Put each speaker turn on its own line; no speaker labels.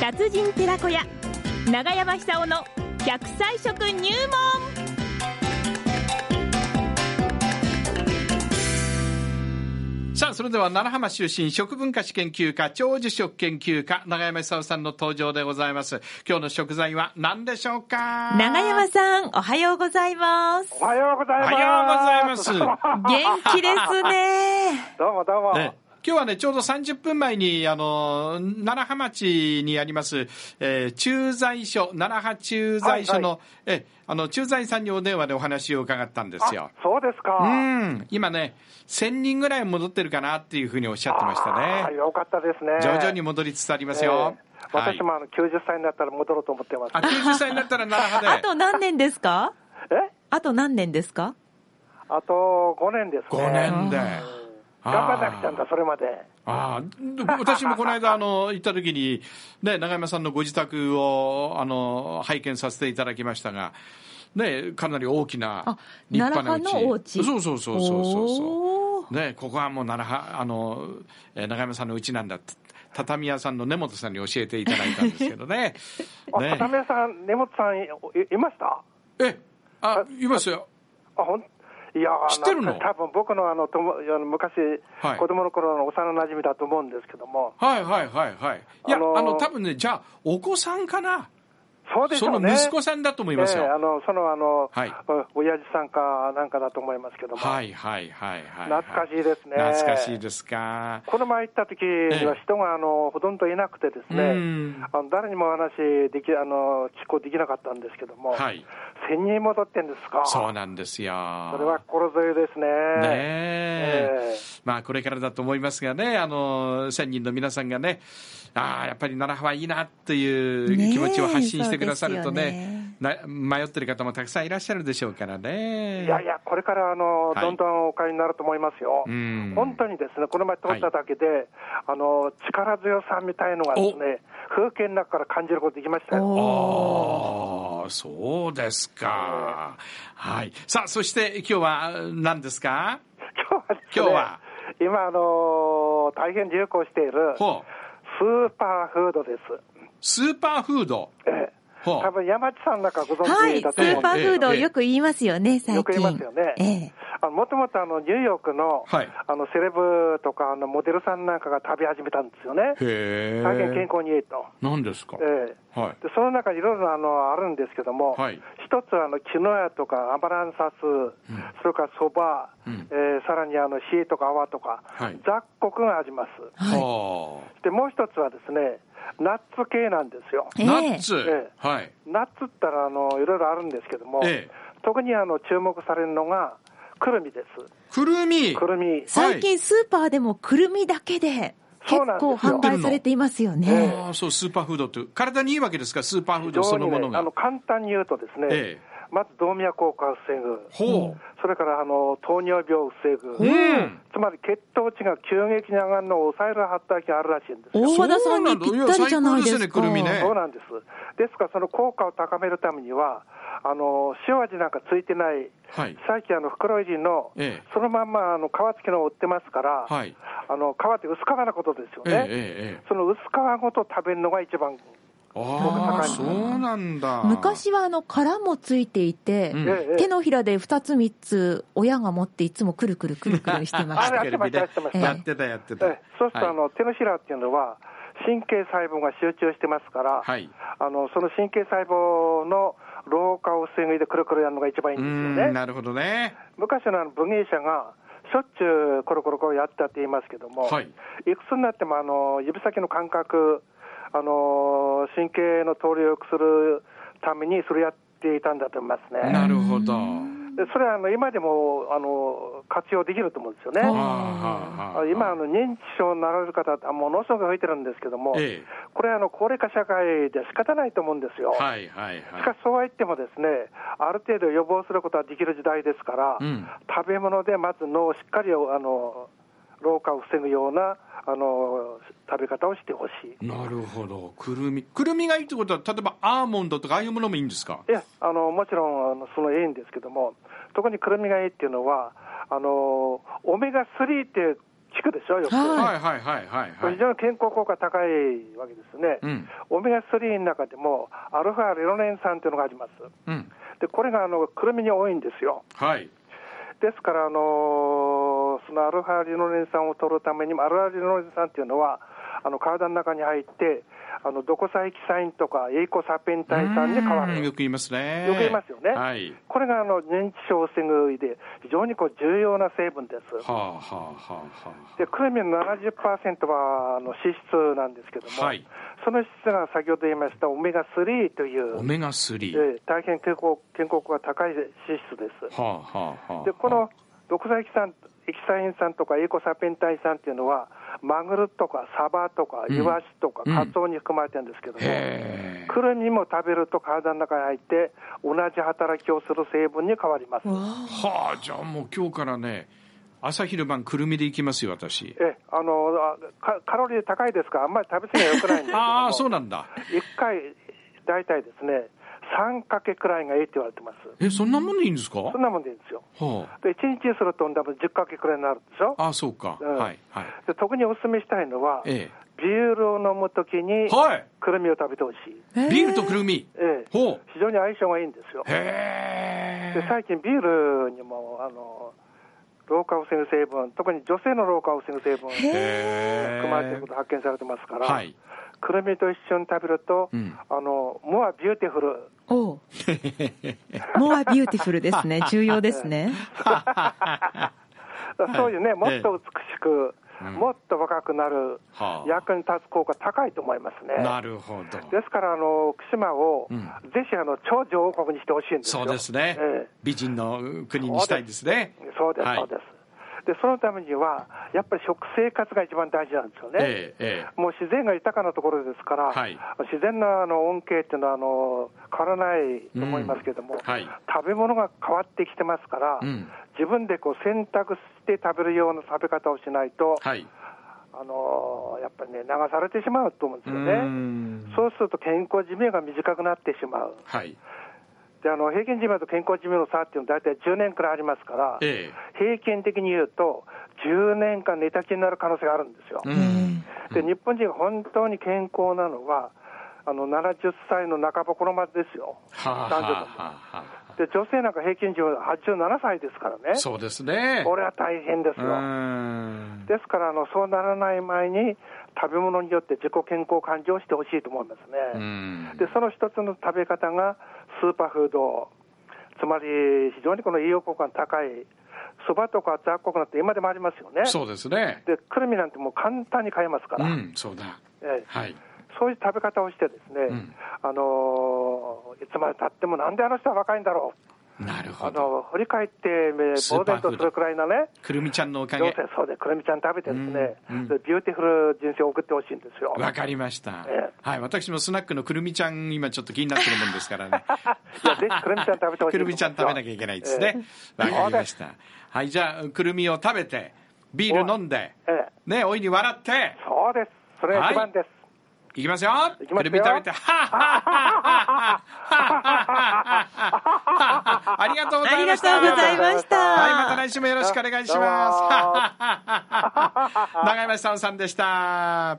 風神寺子屋長山久夫の100歳食入門
さあそれでは奈良浜出身食文化史研究家長寿食研究家永山久夫さんの登場でございます今日の食材は何でしょうか
長山さんおはようございます
おはようございま
お
す。。
はようございます
元気ですね
どうもどうも。
ね今日はね、ちょうど30分前に、あの、奈良浜町にあります、えー駐在所、奈良派駐在所の、
は
え、あの、駐在さんにお電話でお話を伺ったんですよ
あ。そうですか。
うん、今ね、1000人ぐらい戻ってるかなっていうふうにおっしゃってました
あー
ね。
よかったですね。
徐々に戻りつつありますよ。
えー私もあの90歳になったら戻ろうと思ってます
はい、。あ、90歳になったら奈 良
あ
派で。
と何年ですか
え
あと何年ですか
あと5年ですね。
5年で。
頑張らなくちゃんだ、それまで。
ああ、で私もこの間、あの、行った時に、ね、長山さんのご自宅を、あの、拝見させていただきましたが、ね、かなり大きな
あ、
立派なうち。
奈良派のお家
そうそうそうそうそう
お
そう。ね、ここはもう奈良派、あの、えー長山さんの家なんだって、畳屋さんの根本さんに教えていただいたんですけどね。
あ、
ね
片目さん、根本さんいいいました
え、あ、いますよ。
あ、ほんいやー
知ってるの
なんか多分僕のあの友あの昔、
はい
子供の頃の幼馴染だと思うんですけども、
はいはいはいはい。いや、あ
あのー
の、多分ね、じゃあ、お子さんかな。
そうでし
そ
ょう
の
ね。
息子さんだと思いますよ。
ええあのそのあの、
はい
お親父さんかなんかだと思いますけども、
はいはいはいはい、
懐かしいですね
懐かしいですか。
この前行った時は人があのほとんどいなくてですね、
うん
あの誰にもお話できあの実行できなかったんですけども、
はい。
1000人戻ってんですか。
そうなんですよ。
それは心強いですね。
ね
え
え
え
まあこれからだと思いますがね、あの千人の皆さんがね、ああやっぱり奈良はいいなっていう
ねえ
気持ちを発信してくださるとね、
そ
な迷ってる方もたくさんいらっしゃるでしょうからね。
いやいや、これからあの、
はい
どんどんお買いになると思いますよ。
うん
本当にですね、この前通っただけで、あの力強さみたいのがですね、風景の中から感じることできましたよ。
おー
ああ、そうですか。はい。さあ、そして今日は何ですか
今日はですね
今日は
今、あの大変流行しているス
ほう。
ーパーフードです。
スーパーフード。
ええ
ほ
多分山地さんなんかご存
はい、
知
ス
だと思う
ー
んで
パーフード
ええ
よく言いますよね、最近。
よく言いますよね
ええ。
あのもともとあのニューヨークの,、
はい
あのセレブとかあのモデルさんなんかが食べ始めたんですよね
う。、へ
大変健
え。
康にいいと、
何ですか
ええ
はい。
でその中、いろいろなあのあるんですけども、
はい
一つはあのキノアとかアマランサス、それからそば、
うん
えーさらにあのシイとか泡とか、
はい
雑穀があります。
は
はあ。
でもう一つはですね、ナッツ系なんですよ。
ええ
ナッツ、
ええ
はい。
ナッツったらあのいろいろあるんですけども、
ええ
特にあの注目されるのが、くるみです。
くるみ。
くるみ。
最近スーパーでもくるみだけで結
そうなんです
構
よ
販売されていますよね。
ああ、そう、スーパーフードって、体にいいわけですか、スーパーフー
非
ド
常
そ
に
の
ね
ものが。
あの簡単に言うとですね、
ええ
まず動脈硬化を防ぐ、
ほ
それからあの糖尿病を防
う。
ぐ、
うん。
つまり血糖値が急激に上がるのを抑える働きがあるらしいんですよ。
大和田さんにぴったりじゃないですか。
そうなんだいや最高ですねくるみね
そうなんです。ですから、その効果を高めるためには、あの塩味なんかついてない、
はい。
さっきあの袋入りの、
ええ
そのまんまあの皮付きのを売ってますから、
はい
あの皮って薄皮なことですよ
ええ
ね、
ええええ。
その薄皮ごと食べるのが一番、
ああ、
高い
そうなんだ。
昔はあの殻もついていて、
うん
ええ
手のひらで2つ3つ親が持っていつもくるくるくるくるしてまし
あ
た。
テ
れ
レビで
やってました
やってた、やって
え
た。
えそうするとあ
はい
の、手のひらっていうのは、神経細胞が集中してますから、
はい
あのその神経細胞の老化を防ぐでくるくるやるのが一番いい
うんん、
ですよね。
なるほどね。
昔のあの文芸者がしょっちゅうコロコロコロやったって言いますけども、
はい
い、くつになってもあの指先の感覚、あの神経の通りを良くするためにそれやっていたんだと思います
な
ね。
るほど。
でそれはあの今でもあの活用できると思うんですよね。
ああ
あ
ああああ
今あの、認知症になられる方ってものすごく増えてるんですけども、
ええ
これはあの高齢化社会で仕方ないと思うんですよ。
はいはい
しか
は
しそうは言ってもですね、ある程度予防することはできる時代ですから、
うん
食べ物でまず脳をしっかりあの老化を防ぐようなあの食べ方をしてほしい。
い。なるほど。くるみ。くるみがいいってことは、例えばアーモンドとか、ああいうものもいいんですか
いやあのもちろんあのそのいいんですけども、特にくるみがいいっていうのは、あのオメガ3っていう地区でしょ、よく。
はい
はいはいはいはいは
非
い。
常に健康効果高いわけですね。
うん
オメガ3の中でも、アルファレロネン酸というのがあります。
うん。
で、これがあのくるみに多いんですよ。
はい。
ですから、あのーそのアルファリノレン酸を取るためにも、アルファリノレン酸っていうのは、あの体の中に入って、あのドコサエキサインとかエイコサペンタイン酸に変わ
うんよ
る。
く言いますね。
よく言いますよね
はい。
これがあの認知症を防ぐ上で非常にこう重要な成分です。
はあはあはあは
で、クルミの70%はあの脂質なんですけど
あ。
も、
はい。
その質が先ほど言いましたオメガ3とい
オ
う、
メガ3。
えー大変健康健康効果が高い脂質です。
はあはあはあ。
でこの毒剤エキサンエキサイン酸とかエイコサペンタイ酸っていうのはマグロとかサバとか
うん
イワシとか
うん
カツオに含まれてるんですけども、
へえ。
クルミも食べると体の中に入って同じ働きをする成分に変わります。
わ
はあ、じゃあもう今日からね、朝昼晩くるみで行きますよ、私。
ええあのあカカロリー高いですからあんまり食べ過ぎは良くないんですけども
ああ、そうなんだ。
1回大体ですね3かけくらいがいいって言われてます
え、そんなもんでいいんですか
そんなもんでいいんですよ
は
で1日すると多分10かけくらいになるでしょ
あ。ああ、そうか。
うん
はい。はい。
で特にお勧めしたいのは、
え
ビールを飲むときに
え。はい。
くるみを食べてほしい、
ビールとくるみ。
ええ、
ほう。
非常に相性がいいんですよ、
へ
で
え。
最近、ビールにもあの老化を防ぐ成分、特に女性の老化を防ぐ成分、
へ
へ
含まれていることが発見されてますから、
はい。
くるみと一緒に食べると、
うん
あのモアビューティフル、
お うモアビューティフルですね。重要ですね。
そういうね、もっと美しく、
うん
もっと若くなる、
はあ。
役に立つ効果、高いと思いますね。
なるほど。
ですから、あの福島を、
うん
ぜひあの超女王国にしてほしいんですよ
そうですね
ええ。
美人の国にしたいですね。
そうです、
はい
そうです。で、そのためには、やっぱり食生活が一番大事なんですよね。
ええ、ええ。
もう自然が豊かなところですから、
はい
自然なあの恩恵っていうのはあの変わらないと思いますけども、
うんはい
食べ物が変わってきてますから、
うん
自分でこう選択して食べるような食べ方をしないと、
はい。
あのやっぱりね、流されてしまうと思うんですよ
うー
ね。
ん
そうすると健康寿命が短くなってしまう。
はい。
であの平均寿命と健康寿命の差っていうのは大体10年くらいありますから、
え
平均的に言うと、10年間寝たきりになる可能性があるんですよ。
え。う
へ
ん。
で、日本人が本当に健康なのは、あの70歳の半ば頃までですよ、
はあはあ
男女とも
はあは
で女性なんか平均寿命87歳ですから
あ。
ね、
そうですね。
これは大変です
う
よ。
ーん。
ですからあの、そうならない前に、食べ物によって自己健康感情をしてほしいと思います
う
ね。
ん
で、その一つの食べ方が、スーパーフード、つまり非常にこの栄養効果が高い、そばとか雑穀なんて今でもありますよね。
そうですね。
でくるみなんてもう簡単に買えますか
う
ら、
ん、そうだ。
ええ
はい。
そういう食べ方をしてですね、
うん
あのーいつまでたってもなんであの人は若いんだろう、
なる
あ
ほど。
の振り返ってえ
スー
呆
パー
然
フード
とするくらいのね、
くるみちゃんのおか
女
げ
性。そうでくるみちゃん食べてですね、
うんうん
でビューティフル人生を送ってほしいんですよ。
わかりました
ええ。
はい。私もスナックのくるみちゃん、今ちょっと気になってるもんですからね。
いやぜひくるみちゃん食べてほしい
くるみちゃん食べなきゃいけないですね。わ、かりました。はい、じゃあ、くるみを食べて、ビール飲んで、
ええ
ね、おいに笑って、
そうです、それが一番です。
いきますよ
いきますよ
くるみ食べて、はっはっはっはありがとうございました。
ありがとうございました
はい、また来週もよろしくお願いします。長山さんさんでした。